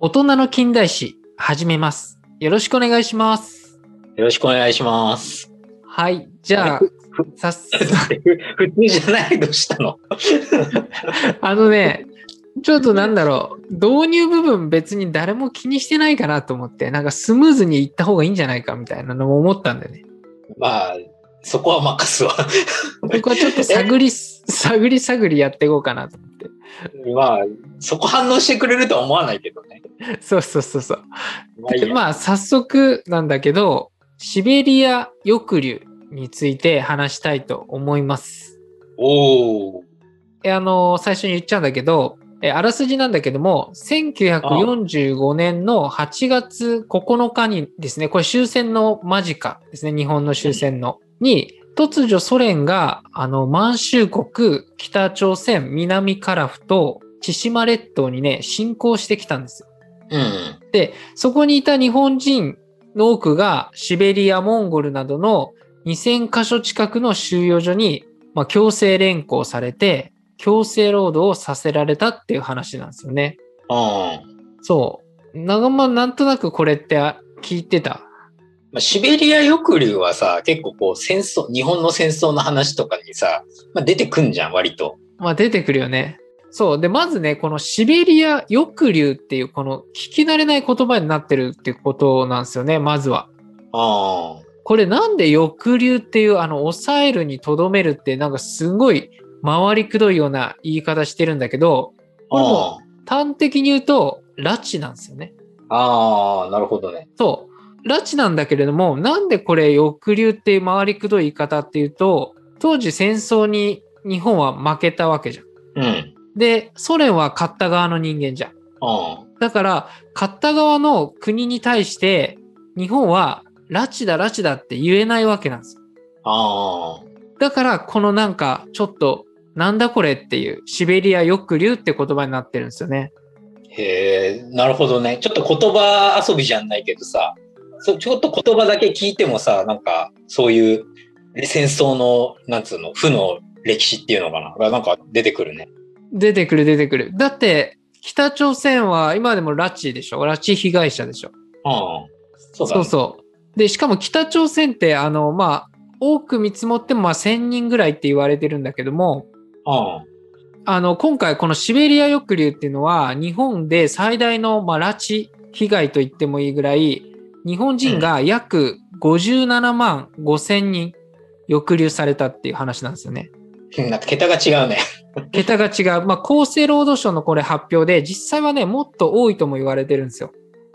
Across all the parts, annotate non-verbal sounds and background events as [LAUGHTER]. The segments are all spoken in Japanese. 大人の近代史始めます。よろしくお願いします。よろしくお願いします。はい。じゃあふ、さっす普通じゃないどうしたの [LAUGHS] あのね、ちょっとなんだろう、導入部分別に誰も気にしてないかなと思って、なんかスムーズにいった方がいいんじゃないかみたいなのも思ったんだよね。まあ、そこは任すわ。僕はちょっと探り、 [LAUGHS] 探り探りやっていこうかなと思って。 [LAUGHS] まあ、そこ反応してくれるとは思わないけどね。そうそうそうそう。まあいいや、まあ早速なんだけどシベリア抑留について話したいと思います。おーえあの最初に言っちゃうんだけどえあらすじなんだけども1945年の8月9日にですねこれ終戦の間近ですね日本の終戦のに突如ソ連があの満州国北朝鮮南樺太と千島列島にね侵攻してきたんですようん。そこにいた日本人の多くがシベリア、モンゴルなどの2000カ所近くの収容所に、まあ、強制連行されて、強制労働をさせられたっていう話なんですよね。うん。そう。長間なんとなくこれってあ聞いてたまあ、シベリア抑留はさ、結構こう戦争、日本の戦争の話とかにさ、まあ、出てくんじゃん、割と。まあ出てくるよね。そう。で、まずね、このシベリア抑留っていう、この聞き慣れない言葉になってるっていうことなんですよね、まずは。うん。これなんで抑留っていうあの抑えるにとどめるってなんかすごい回りくどいような言い方してるんだけどこれもうん端的に言うと拉致なんですよね。ああ、なるほどね。そう拉致なんだけれどもなんでこれ抑留っていう回りくどい言い方っていうと当時戦争に日本は負けたわけじゃん。うん。うん。でソ連は勝った側の人間じゃん。だから勝った側の国に対して日本は拉致だ拉致だって言えないわけなんですよあだから、このなんか、ちょっと、なんだこれっていう、シベリア抑留って言葉になってるんですよね。へえ、なるほどね。ちょっと言葉遊びじゃないけどさ、そうちょっと言葉だけ聞いてもさ、なんかそういう戦争の、なんつうの、負の歴史っていうのかな、がなんか出てくるね。出てくる出てくる。だって、北朝鮮は今でも拉致でしょ拉致被害者でしょうん。そうだ、そね、うそう。で、しかも北朝鮮って、あの、まあ、多く見積もっても、まあ、1000人ぐらいって言われてるんだけども、あの、今回このシベリア抑留っていうのは、日本で最大の、まあ、拉致被害と言ってもいいぐらい、日本人が約57万5千人抑留されたっていう話なんですよね。うん。 [LAUGHS] なんか桁が違うね。桁が違う。まあ、厚生労働省のこれ発表で、実際はね、もっと多いとも言われてるんですよ。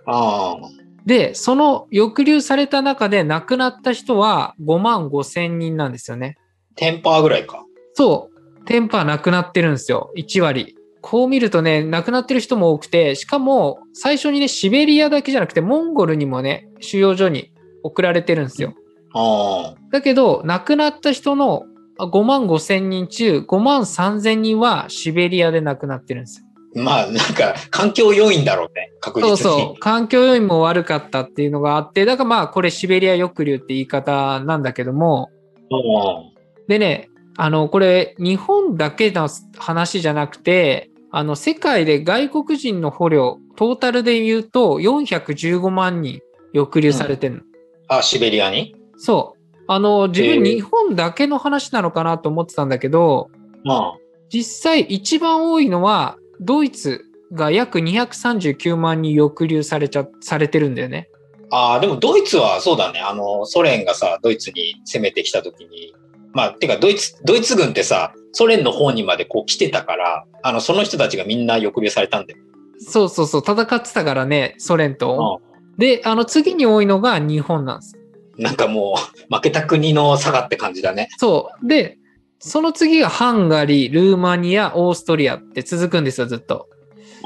うん。で、その抑留された中で亡くなった人は5万5千人なんですよね。テンパーぐらいか。そう、テンパなくなってるんですよ、1割。こう見るとね、亡くなってる人も多くて、しかも最初にね、シベリアだけじゃなくて、モンゴルにもね、収容所に送られてるんですよ。うん。だけど、亡くなった人の5万5千人中、5万3千人はシベリアで亡くなってるんですよ。まあ、なんか環境要因だろうね、確実そに。うそう、環境要因も悪かったっていうのがあって、だからまあ、これシベリア抑留って言い方なんだけども、うん。でね、あの、これ、日本だけの話じゃなくて、あの、世界で外国人の捕虜、トータルで言うと415万人抑留されてるの。あ、シベリアにそう。あの、自分、へえ日本だけの話なのかなと思ってたんだけど、うん。実際一番多いのは、ドイツが約239万人抑留されちゃ、されてるんだよね。ああ、でもドイツはそうだね。あの、ソ連がさ、ドイツに攻めてきたときに、まあ、てか、ドイツ、ドイツ軍ってさ、ソ連の方にまでこう来てたから、あの、その人たちがみんな抑留されたんだよ。そうそうそう、戦ってたからね、ソ連と。うで、あの、次に多いのが日本なんです。ん。なんかもう、負 [LAUGHS] けた国の差がって感じだね。そう。で、その次がハンガリー、ルーマニア、オーストリアって続くんですよ、ずっと。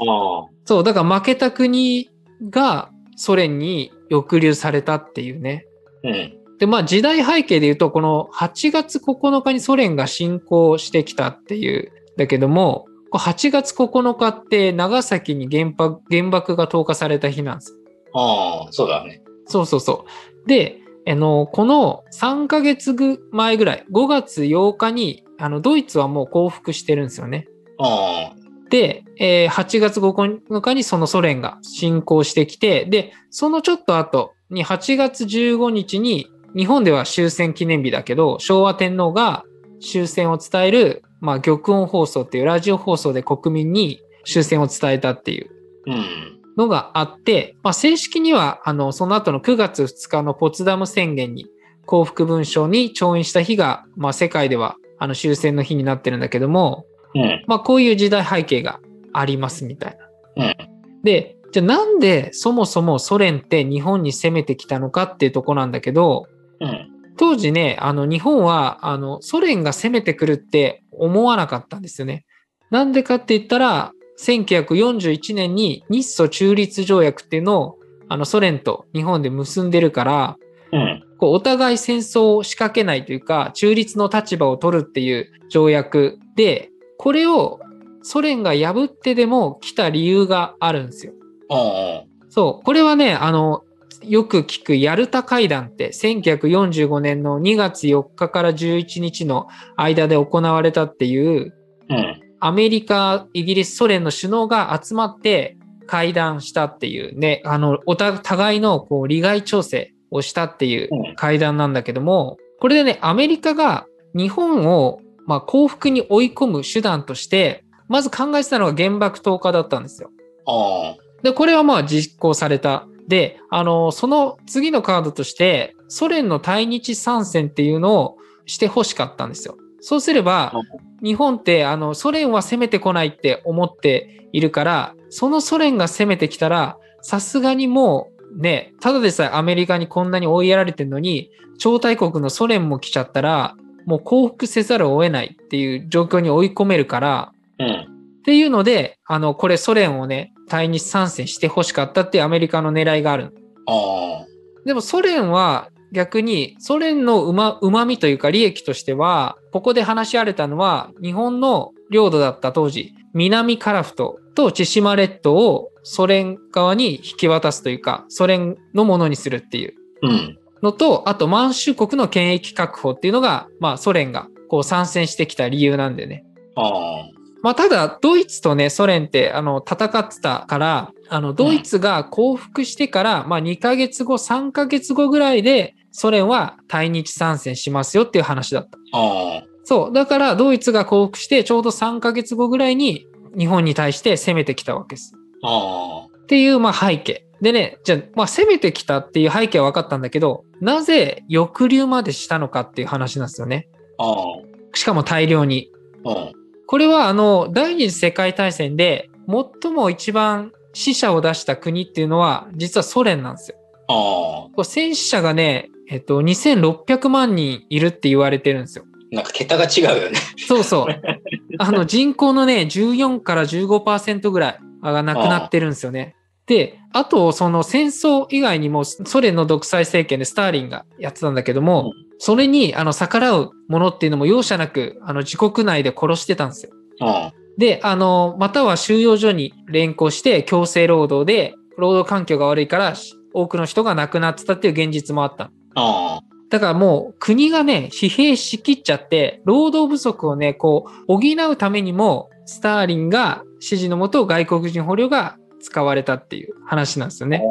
うそう、だから負けた国がソ連に抑留されたっていうね。ん。うん。で、まあ時代背景で言うと、この8月9日にソ連が侵攻してきたっていう、だけども、こう8月9日って長崎に原爆原爆が投下された日なんですようん。そうだね。そうそうそう。で、あのこの3ヶ月ぐ前ぐらい、5月8日にあのドイツはもう降伏してるんですよね。うん。で、えー8月9日にそのソ連が侵攻してきて、で、そのちょっと後に8月15日に日本では終戦記念日だけど、昭和天皇が終戦を伝える、まあ、玉音放送っていうラジオ放送で国民に終戦を伝えたっていううん。のがあって、まあ、正式にはあのその後の9月2日のポツダム宣言に幸福文書に調印した日が、まあ、世界ではあの終戦の日になってるんだけども、うん。まあ、こういう時代背景がありますみたいな。うんでじゃあなんでそもそもソ連って日本に攻めてきたのかっていうとこなんだけどうん。当時ねあの日本はあのソ連が攻めてくるって思わなかったんですよね。なんでかって言ったら1941年に日ソ中立条約っていうのをあのソ連と日本で結んでるから、うん。こうお互い戦争を仕掛けないというか中立の立場を取るっていう条約でこれをソ連が破ってでも来た理由があるんですよ。うん。そうこれはねあのよく聞くヤルタ会談って1945年の2月4日から11日の間で行われたっていううん。アメリカ、イギリス、ソ連の首脳が集まって会談したっていうね、あの、お互互いのこう利害調整をしたっていううん会談なんだけども、これでね、アメリカが日本を、まあ、幸福に追い込む手段として、まず考えてたのが原爆投下だったんですよ。あで、これはまあ実行された。で、あの、その次のカードとして、ソ連の対日参戦っていうのをして欲しかったんですよ。そうすればう、日本ってあのソ連は攻めてこないって思っているから、そのソ連が攻めてきたら、さすがにもうね、ただでさえアメリカにこんなに追いやられてるのに、超大国のソ連も来ちゃったら、もう降伏せざるを得ないっていう状況に追い込めるから、あ。うん。っていうので、あの、これソ連をね、対日参戦して欲しかったっていうアメリカの狙いがある。ああ。でもソ連は逆に、ソ連のうま、うまみというか利益としては、ここで話し合われたのは、日本の領土だった当時、南樺太と千島列島をソ連側に引き渡すというか、ソ連のものにするっていううん。のと、あと満州国の権益確保っていうのが、まあソ連がこう参戦してきた理由なんでね。ああ。まあ、ただドイツとねソ連ってあの戦ってたからあのドイツが降伏してから、まあ、2ヶ月後3ヶ月後ぐらいでソ連は対日参戦しますよっていう話だったああ。そうだからドイツが降伏してちょうど3ヶ月後ぐらいに日本に対して攻めてきたわけですああ。っていうまあ背景でねじゃあ,、まあ攻めてきたっていう背景は分かったんだけどなぜ抑留までしたのかっていう話なんですよねああ。しかも大量にうん。これはあの第二次世界大戦で最も一番死者を出した国っていうのは実はソ連なんですよ。ああ。これ戦死者がね、えっと、2600万人いるって言われてるんですよ。なんか桁が違うよね。そうそう。あの人口のね、14から15%ぐらいがなくなってるんですよね。で、あと、その戦争以外にも、ソ連の独裁政権でスターリンがやってたんだけども、それにあの逆らうものっていうのも容赦なく、あの自国内で殺してたんですよ。うん。で、あの、または収容所に連行して強制労働で、労働環境が悪いから、し多くの人が亡くなってたっていう現実もあった。ああ。だからもう国がね、疲弊しきっちゃって、労働不足をね、こう、補うためにも、スターリンが指示のもと外国人捕虜が使われたっていう話なんですよね。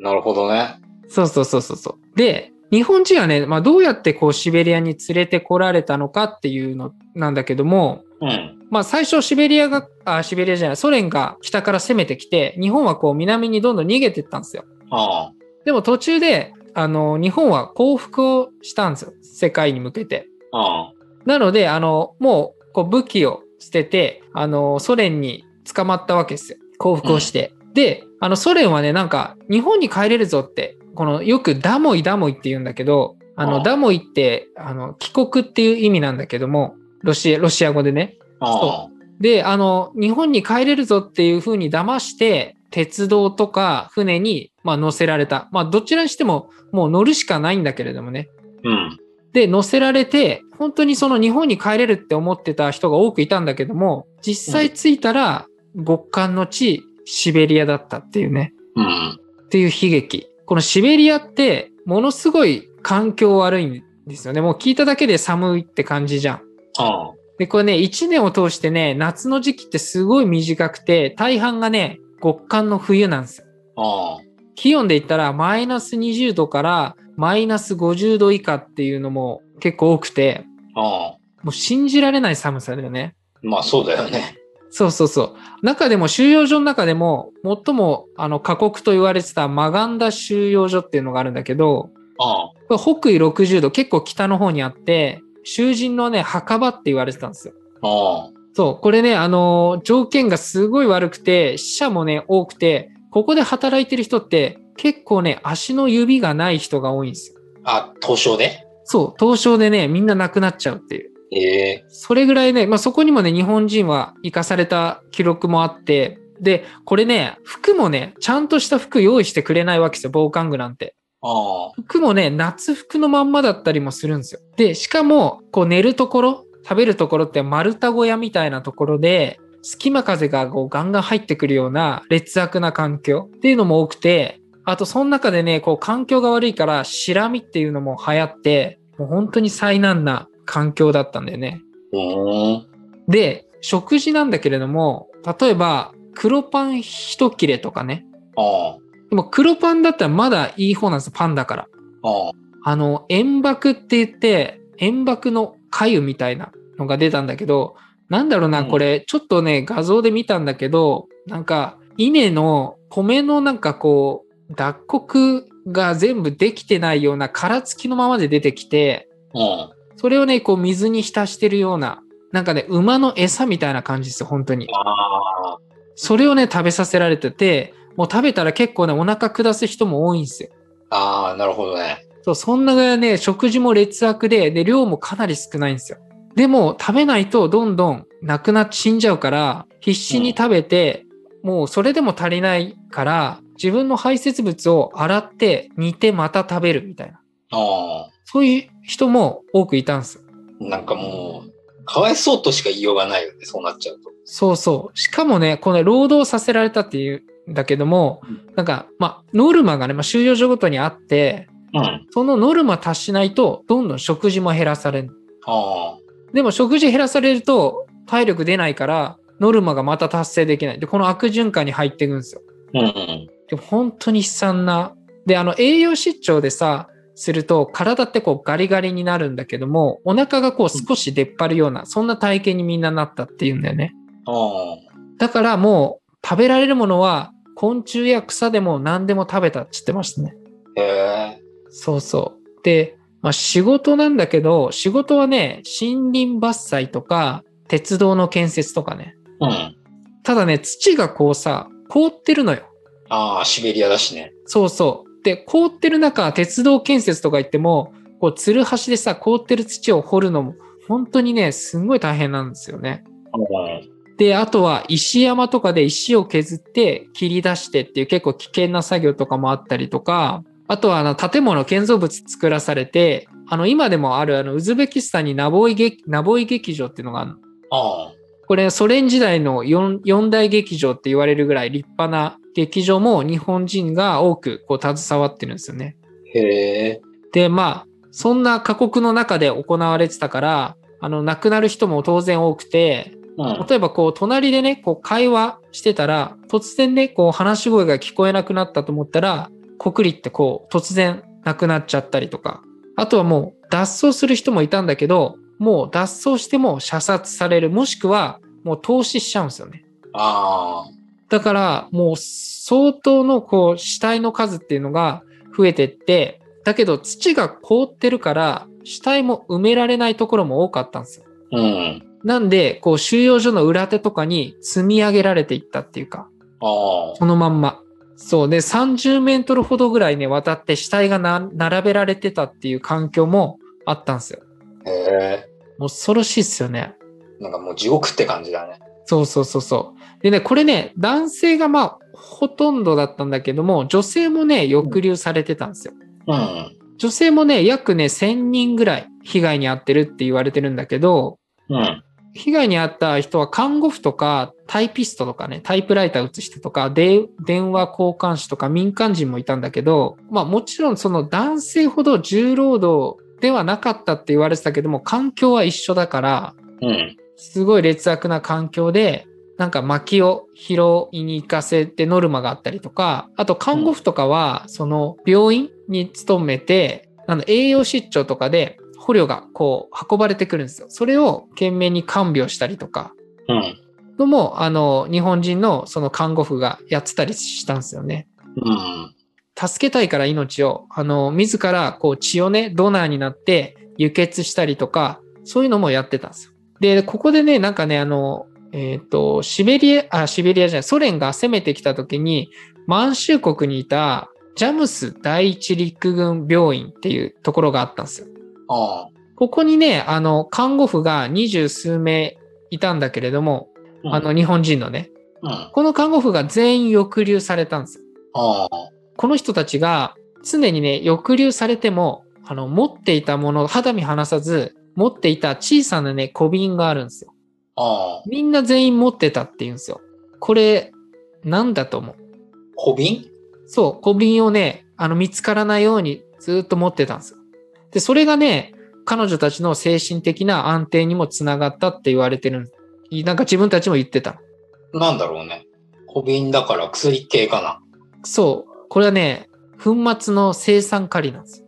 なるほどね。そうそうそうそうそう。で、日本人はね、まあどうやってこうシベリアに連れてこられたのかっていうのなんだけども、うん。まあ最初シベリアが、あ、シベリアじゃない、ソ連が北から攻めてきて、日本はこう南にどんどん逃げてったんですよ。あでも途中で、あの、日本は降伏をしたんですよ。世界に向けて。あ。あなので、あの、もう、こう武器を捨てて、あの、ソ連に捕まったわけですよ。降伏をして。で、あの、ソ連はね、なんか、日本に帰れるぞって、この、よくダモイダモイって言うんだけど、あの、ああダモイって、あの、帰国っていう意味なんだけども、ロシア、ロシア語でね。あ。ああ。で、あの、日本に帰れるぞっていう風に騙して、鉄道とか船に、まあ、乗せられた。まあ、どちらにしても、もう乗るしかないんだけれどもね。うん。で、乗せられて、本当にその日本に帰れるって思ってた人が多くいたんだけども、実際着いたら、極寒の地、シベリアだったっていうね。うん。っていう悲劇。このシベリアって、ものすごい環境悪いんですよね。もう聞いただけで寒いって感じじゃん。あで、これね、1年を通してね、夏の時期ってすごい短くて、大半がね、極寒の冬なんですよ。あ気温で言ったらマイナス20度からマイナス50度以下っていうのも結構多くて、あ、ああ。もう信じられない寒さだよね。まあそうだよね。そうそうそう。中でも収容所の中でも最もあの過酷と言われてたマガンダ収容所っていうのがあるんだけど、ああ。これ北緯60度結構北の方にあって、囚人のね、墓場って言われてたんですよ。ああ。そう、これね、あのー条件がすごい悪くて、死者もね、多くて、ここで働いてる人って結構ね、足の指がない人が多いんですよ。あ、東証でそう、凍傷でね、みんな亡くなっちゃうっていう。ええそれぐらいね、まあ、そこにもね、日本人は生かされた記録もあって、で、これね、服もね、ちゃんとした服用意してくれないわけですよ、防寒具なんて。ああ。服もね、夏服のまんまだったりもするんですよ。で、しかも、こう寝るところ、食べるところって丸太小屋みたいなところで、隙間風がこうガンガン入ってくるような劣悪な環境っていうのも多くて、あとその中でね、こう環境が悪いから、シラミっていうのも流行って、もう本当に災難な環境だったんだよね。うーん。で、食事なんだけれども、例えば黒パン一切れとかね。あでも黒パンだったらまだいい方なんですよ、パンだから。あ。ああ。あの、塩爆って言って、塩爆の粥みたいなのが出たんだけど、なんだろうな、うんこれ、ちょっとね、画像で見たんだけど、なんか、稲の米のなんかこう、脱穀が全部できてないような殻付きのままで出てきて、うん。それをね、こう水に浸してるような、なんかね、馬の餌みたいな感じですよ、本当に。ああ。それをね、食べさせられてて、もう食べたら結構ね、お腹下す人も多いんですよ。ああ、なるほどね。そう、そんなぐらいね、食事も劣悪で、で、量もかなり少ないんですよ。でも、食べないとどんどんなくなっ死んじゃうから、必死に食べて、もうそれでも足りないから、自分の排泄物を洗って、煮てまた食べるみたいな。ああ。そういう人も多くいたんですよ。なんかもう、かわいそうとしか言いようがないよね、そうなっちゃうと。そうそう。しかもね、この労働させられたっていうんだけどもうん、なんか、まあ、ノルマがね、まあ、収容所ごとにあって、うん。あそのノルマ達しないと、どんどん食事も減らされる。あ。でも食事減らされると体力出ないからノルマがまた達成できない。で、この悪循環に入っていくんですよ。うん。でも本当に悲惨な。で、あの栄養失調でさ、すると体ってこうガリガリになるんだけども、お腹がこう少し出っ張るような、そんな体型にみんななったっていうんだよね。あだからもう食べられるものは昆虫や草でも何でも食べたって言ってましたね。あ。へえ。そうそう。で、まあ、仕事なんだけど、仕事はね、森林伐採とか、鉄道の建設とかね。うん。ただね、土がこうさ、凍ってるのよ。ああ、シベリアだしね。そうそう。で、凍ってる中、鉄道建設とか行っても、こう、つるはしでさ、凍ってる土を掘るのも、本当にね、すんごい大変なんですよね。うん。で、あとは石山とかで石を削って切り出してっていう結構危険な作業とかもあったりとか、あとはあの建物建造物作らされて、あの今でもあるあのウズベキスタンにナボイ劇ナボイ劇場っていうのがあるの。あこれソ連時代の 4, 四大劇場って言われるぐらい立派な劇場も日本人が多くこう携わってるんですよね。あ。へえ。で、まあ、そんな過酷の中で行われてたから、あの亡くなる人も当然多くて、 [LAUGHS] うん。例えばこう隣でねこう会話してたら突然ねこう話し声が聞こえなくなったと思ったらコクリってこう突然なくなっちゃったりとかあとはもう脱走する人もいたんだけどもう脱走しても射殺されるもしくはもう投資しちゃうんですよねあだからもう相当のこう死体の数っていうのが増えてってだけど土が凍ってるから死体も埋められないところも多かったんですよあ。うん。なんで、こう、収容所の裏手とかに積み上げられていったっていうか、ああ。そのまんま。そうで、30メートルほどぐらいね、渡って死体がな並べられてたっていう環境もあったんですよ。へえ。もう恐ろしいっすよね。なんかもう地獄って感じだね。そうそうそうそう。でね、これね、男性がまあ、ほとんどだったんだけども、女性もね、抑留されてたんですよ。うん。女性もね、約ね、1000人ぐらい被害に遭ってるって言われてるんだけど、うん。被害に遭った人は看護婦とかタイピストとかね、タイプライター打つ人とか、で電話交換士とか民間人もいたんだけど、まあもちろんその男性ほど重労働ではなかったって言われてたけども、環境は一緒だから、うん。すごい劣悪な環境で、なんか薪を拾いに行かせてノルマがあったりとか、あと看護婦とかは、その病院に勤めて、あの栄養失調とかで捕虜がこう運ばれてくるんですよ。それを懸命に看病したりとか、うん。のも、あの、日本人のその看護婦がやってたりしたんですよね。うん。助けたいから命を、あの、自らこう血をね、ドナーになって輸血したりとか、そういうのもやってたんですよ。で、ここでね、なんかね、あの、えっ、と、シベリア、あ、シベリアじゃない、ソ連が攻めてきた時に、満州国にいたジャムス第一陸軍病院っていうところがあったんですよ。あここにね、あの、看護婦が二十数名いたんだけれども、あ。あの、日本人のね、うん。あこの看護婦が全員抑留されたんですよ。あ。この人たちが常にね、抑留されても、あの、持っていたもの、肌身離さず、持っていた小さなね、小瓶があるんですよ。ああ。みんな全員持ってたって言うんですよ。これ、なんだと思う小瓶そう、小瓶をね、あの、見つからないようにずっと持ってたんですよ。で、それがね、彼女たちの精神的な安定にもつながったって言われてるん。なんか自分たちも言ってた。なんだろうね。小瓶だから薬系かな。そう、これはね、粉末の生産カリなんですよ。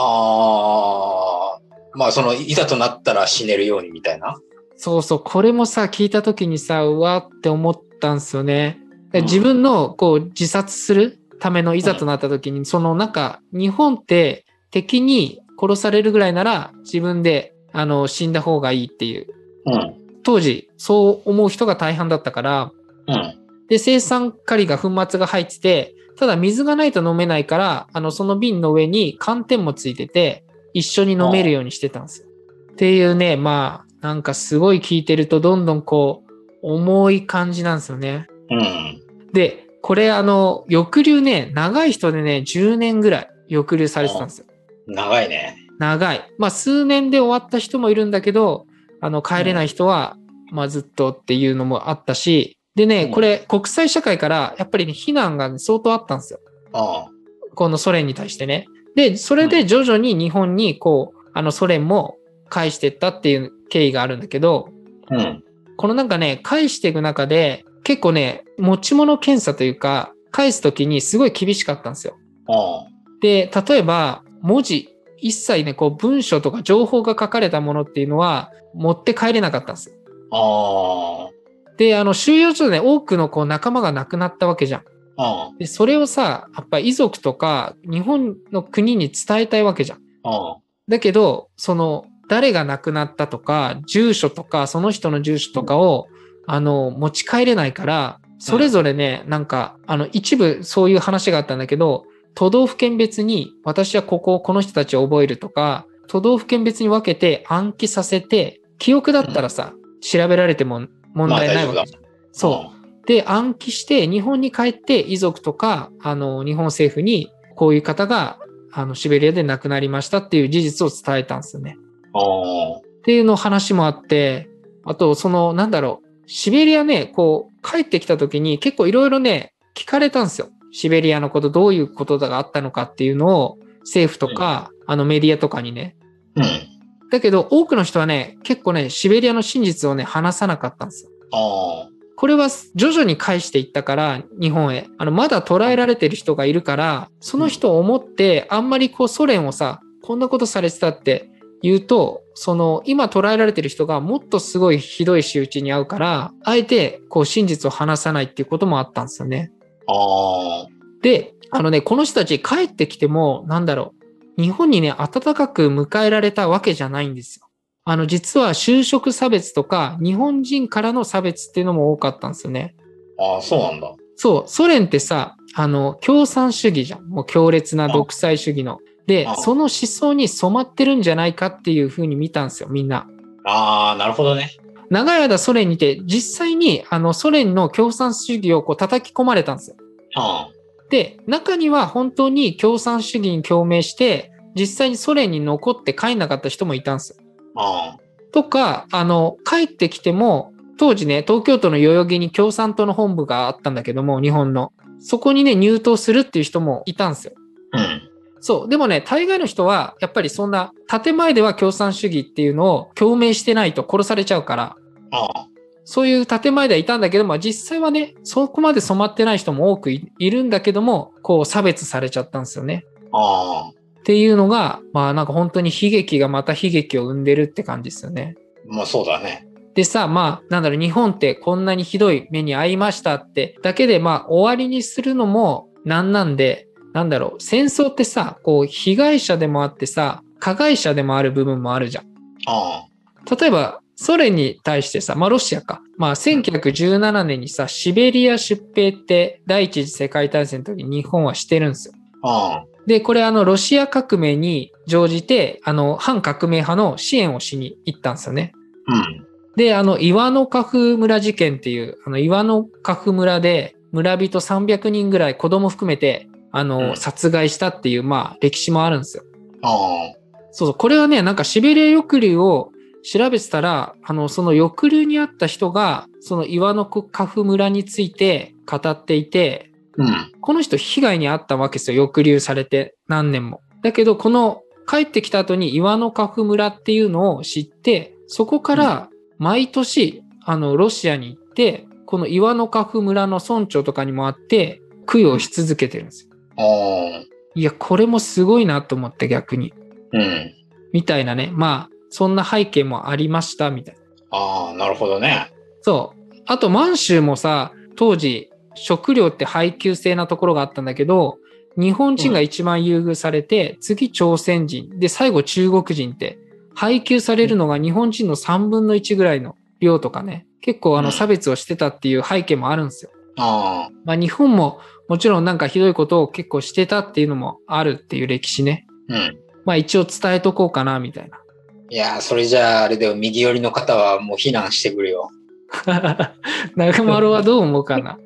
ああ。まあ、その、いざとなったら死ねるようにみたいな。そうそう、これもさ、聞いた時にさ、うわって思ったんすよね。でうん自分のこう自殺するためのいざとなった時に、そのなんか、日本って敵に殺されるぐらいなら自分であの死んだ方がいいっていう、うん。当時そう思う人が大半だったから、うん。で、生産カリが粉末が入ってて、ただ水がないと飲めないから、あの、その瓶の上に寒天もついてて、一緒に飲めるようにしてたんですよ。っていうね、まあ、なんかすごい聞いてると、どんどんこう、重い感じなんですよね。うん。で、これあの、抑留ね、長い人でね、10年ぐらい抑留されてたんですよ。長いね。長い。まあ、数年で終わった人もいるんだけど、あの、帰れない人は、まあ、ずっとっていうのもあったし、でねう、んこれ、国際社会から、やっぱりね、非難がね相当あったんですよ。あこのソ連に対してね。で、それで徐々に日本に、こう、あの、ソ連も返してったっていう経緯があるんだけど、あ。うん。このなんかね、返していく中で、結構ね、持ち物検査というか、返すときにすごい厳しかったんですよ。あで、例えば文字、一切ね、こう文章とか情報が書かれたものっていうのは持って帰れなかったんですよ。あ。ああ。で、あの、収容所でね、多くのこう仲間が亡くなったわけじゃん。あで、それをさ、やっぱ遺族とか日本の国に伝えたいわけじゃん。あ。だけど、その、誰が亡くなったとか、住所とか、その人の住所とかを、あの、持ち帰れないから、それぞれね、なんか、あの、一部そういう話があったんだけど、都道府県別に、私はここをこの人たちを覚えるとか、都道府県別に分けて暗記させて、記憶だったらさ、調べられても問題ないわけじゃん。そう。で、暗記して日本に帰って遺族とか、あの、日本政府にこういう方が、あの、シベリアで亡くなりましたっていう事実を伝えたんですよね。うん。あっていうの話もあって、あと、その、なんだろう、シベリアね、こう、帰ってきた時に結構いろいろね、聞かれたんですよ。シベリアのこと、どういうことがあったのかっていうのを、政府とか、あのメディアとかにね。あ。うん。だけど、多くの人はね、結構ね、シベリアの真実をね、話さなかったんですよああ。これは徐々に返していったから、日本へ。あの、まだ捉えられてる人がいるから、その人を思って、あんまりこうソ連をさ、こんなことされてたって言うと、その、今捉えられてる人がもっとすごいひどい仕打ちに遭うから、あえてこう真実を話さないっていうこともあったんですよね。ああ。で、あのね、この人たち帰ってきても、なんだろう、日本にね、温かく迎えられたわけじゃないんですよ。あの、実は就職差別とか、日本人からの差別っていうのも多かったんですよね。ああ、そうなんだ。そう、ソ連ってさ、あの、共産主義じゃん。もう強烈な独裁主義の。でう、んその思想に染まってるんじゃないかっていう風に見たんですよ、みんな。ああ、なるほどね。長い間ソ連にいて、実際に、あの、ソ連の共産主義をこう叩き込まれたんですよ。あで、中には本当に共産主義に共鳴して、実際にソ連に残って帰んなかった人もいたんですよあ。あとか、あの、帰ってきても、当時ね、東京都の代々木に共産党の本部があったんだけども、日本の。そこにね、入党するっていう人もいたんですよ。あ。うん。そう。でもね、大概の人は、やっぱりそんな、建前では共産主義っていうのを共鳴してないと殺されちゃうから、あそういう建前ではいたんだけど、まあ実際はね、そこまで染まってない人も多くいいるんだけども、こう差別されちゃったんですよね。あ、ああ、っていうのが、まあなんか本当に悲劇がまた悲劇を生んでるって感じですよね。まあそうだね。でさ、まあなんだろう、日本ってこんなにひどい目に遭いましたってだけで、まあ終わりにするのもなんなんで、なんだろう、戦争ってさ、こう被害者でもあってさ、加害者でもある部分もあるじゃん。あ例えばソ連に対してさ、まあロシアか、まあ1917年にさ、シベリア出兵って第一次世界大戦の時に日本はしてるんですよ。あ、ああ、で、これあのロシア革命に乗じて、あの反革命派の支援をしに行ったんですよね。うん。で、あの岩のカフ村事件っていう、あの岩のカフ村で村人300人ぐらい子供含めて、あの、うん殺害したっていう、まあ歴史もあるんですよ。あそうそう、これはね、なんかシベリア抑留を調べてたら、あの、その抑留にあった人が、その岩のカフ村について語っていて、あ、うん。この人被害に遭ったわけですよ。抑留されて何年も。だけど、この帰ってきた後に岩のカフ村っていうのを知って、そこから毎年、あの、ロシアに行って、この岩のカフ村の村長とかにも会って、供養し続けてるんですよ。ああ、いや、これもすごいなと思って逆に。うん。みたいなね。まあ、そんな背景もありました、みたいな。ああ、なるほどね。そう。あと、満州もさ、当時、食料って配給制なところがあったんだけど、日本人が一番優遇されて、次朝鮮人、で、最後中国人って、配給されるのが日本人の3分の1ぐらいの量とかね、結構あうのん差別をしてたっていう背景もあるんですよ。あまあ日本ももちろんなんかひどいことを結構してたっていうのもあるっていう歴史ね。あ、うん。まあ一応伝えとこうかなみたいな。 [LAUGHS] いやー、それじゃあ、あれだよ、右寄りの方はもう避難してくるよ。中丸はどう思うかな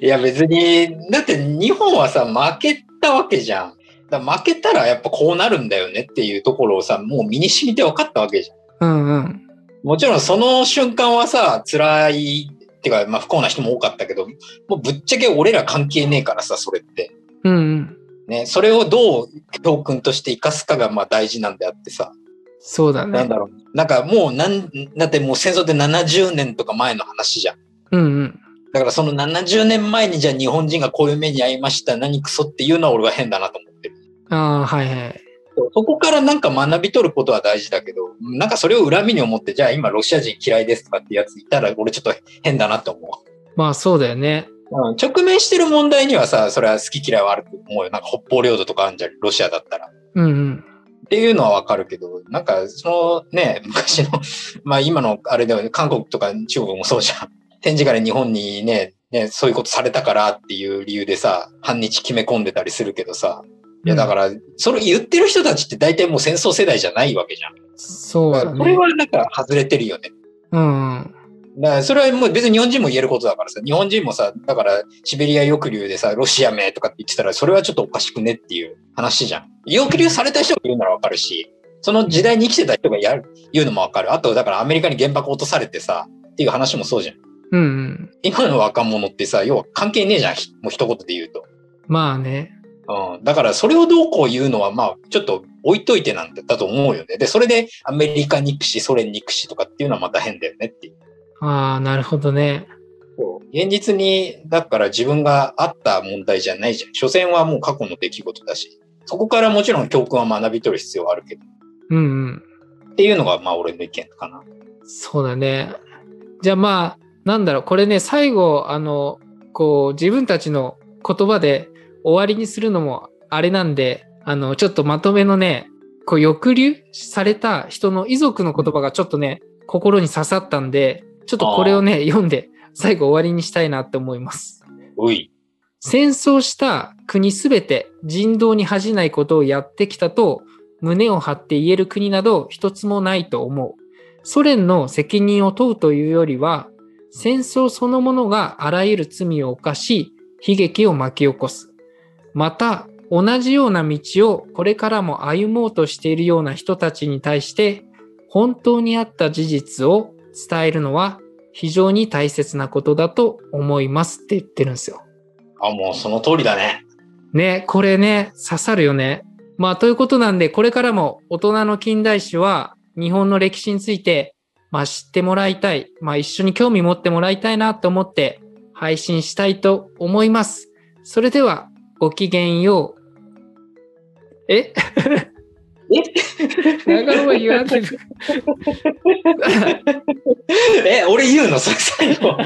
いや、別に、だって日本はさ、負けたわけじゃん。だから負けたらやっぱこうなるんだよねっていうところをさ、もう身に染みて分かったわけじゃん。うんうん。もちろんその瞬間はさ、辛い、ってか、まあ不幸な人も多かったけど、もうぶっちゃけ俺ら関係ねえからさ、それって。うんうん。ね、それをどう教訓として生かすかがまあ大事なんであってさ、そうだね。なんだろう。なんかもうなん、だってもう戦争って70年とか前の話じゃん。うんうん。だからその70年前にじゃあ日本人がこういう目に遭いました、何クソっていうのは俺は変だなと思ってる。ああ、はいはい。そこからなんか学び取ることは大事だけど、なんかそれを恨みに思って、じゃあ今ロシア人嫌いですとかってやついたら俺ちょっと変だなと思う。まあそうだよね。うん、直面してる問題にはさ、それは好き嫌いはあると思うよ。なんか北方領土とかあるんじゃん、ロシアだったら。うんうん。っていうのはわかるけど、なんか、そのね、 [LAUGHS] 昔の、まあ今のあれだよね、韓国とか中国もそうじゃん。展示から日本にね、ね、そういうことされたからっていう理由でさ、反日決め込んでたりするけどさ。いやだから、それ言ってる人たちって大体もう戦争世代じゃないわけじゃん。ら。そうだね。これはなんか外れてるよね。うんうん。だからそれはもう別に日本人も言えることだからさ、日本人もさ、だからシベリア抑留でさ、ロシア名とかって言ってたら、それはちょっとおかしくねっていう話じゃん。抑留された人が言うならわかるし、その時代に生きてた人がやる、言うのもわかる。あと、だからアメリカに原爆落とされてさ、っていう話もそうじゃん。うんうん。今の若者ってさ、要は関係ねえじゃん。ひもう一言で言うと。まあね。うん、だからそれをどうこう言うのはまあちょっと置いといてなんだだと思うよね。で、それでアメリカに行くし、ソ連に行くしとかっていうのはまた変だよねっていう。ああ、なるほどね。そう現実に、だから自分があった問題じゃないじゃん。所詮はもう過去の出来事だし、そこからもちろん教訓は学び取る必要はあるけど、うんうん。っていうのがまあ俺の意見かな。そうだね。じゃあまあ、なんだろう、これね、最後、あの、こう、自分たちの言葉で終わりにするのもあれなんで、あの、ちょっとまとめのね、こう、抑留された人の遺族の言葉がちょっとね、心に刺さったんで、ちょっとこれをね、読んで、最後終わりにしたいなって思います。うい。戦争した国すべて人道に恥じないことをやってきたと胸を張って言える国など一つもないと思う。ソ連の責任を問うというよりは、戦争そのものがあらゆる罪を犯し、悲劇を巻き起こす。また、同じような道をこれからも歩もうとしているような人たちに対して、本当にあった事実を伝えるのは非常に大切なことだと思いますって言ってるんですよ。あ、もうその通りだね。 [LAUGHS] ね、これね、刺さるよね。まあ、ということなんで、これからも大人の近代史は日本の歴史についてまあ、知ってもらいたい、まあ、一緒に興味持ってもらいたいなと思って配信したいと思います。それでは、ごきげんよう。え [LAUGHS] え長野は言われる。え、俺言うのそれ最後。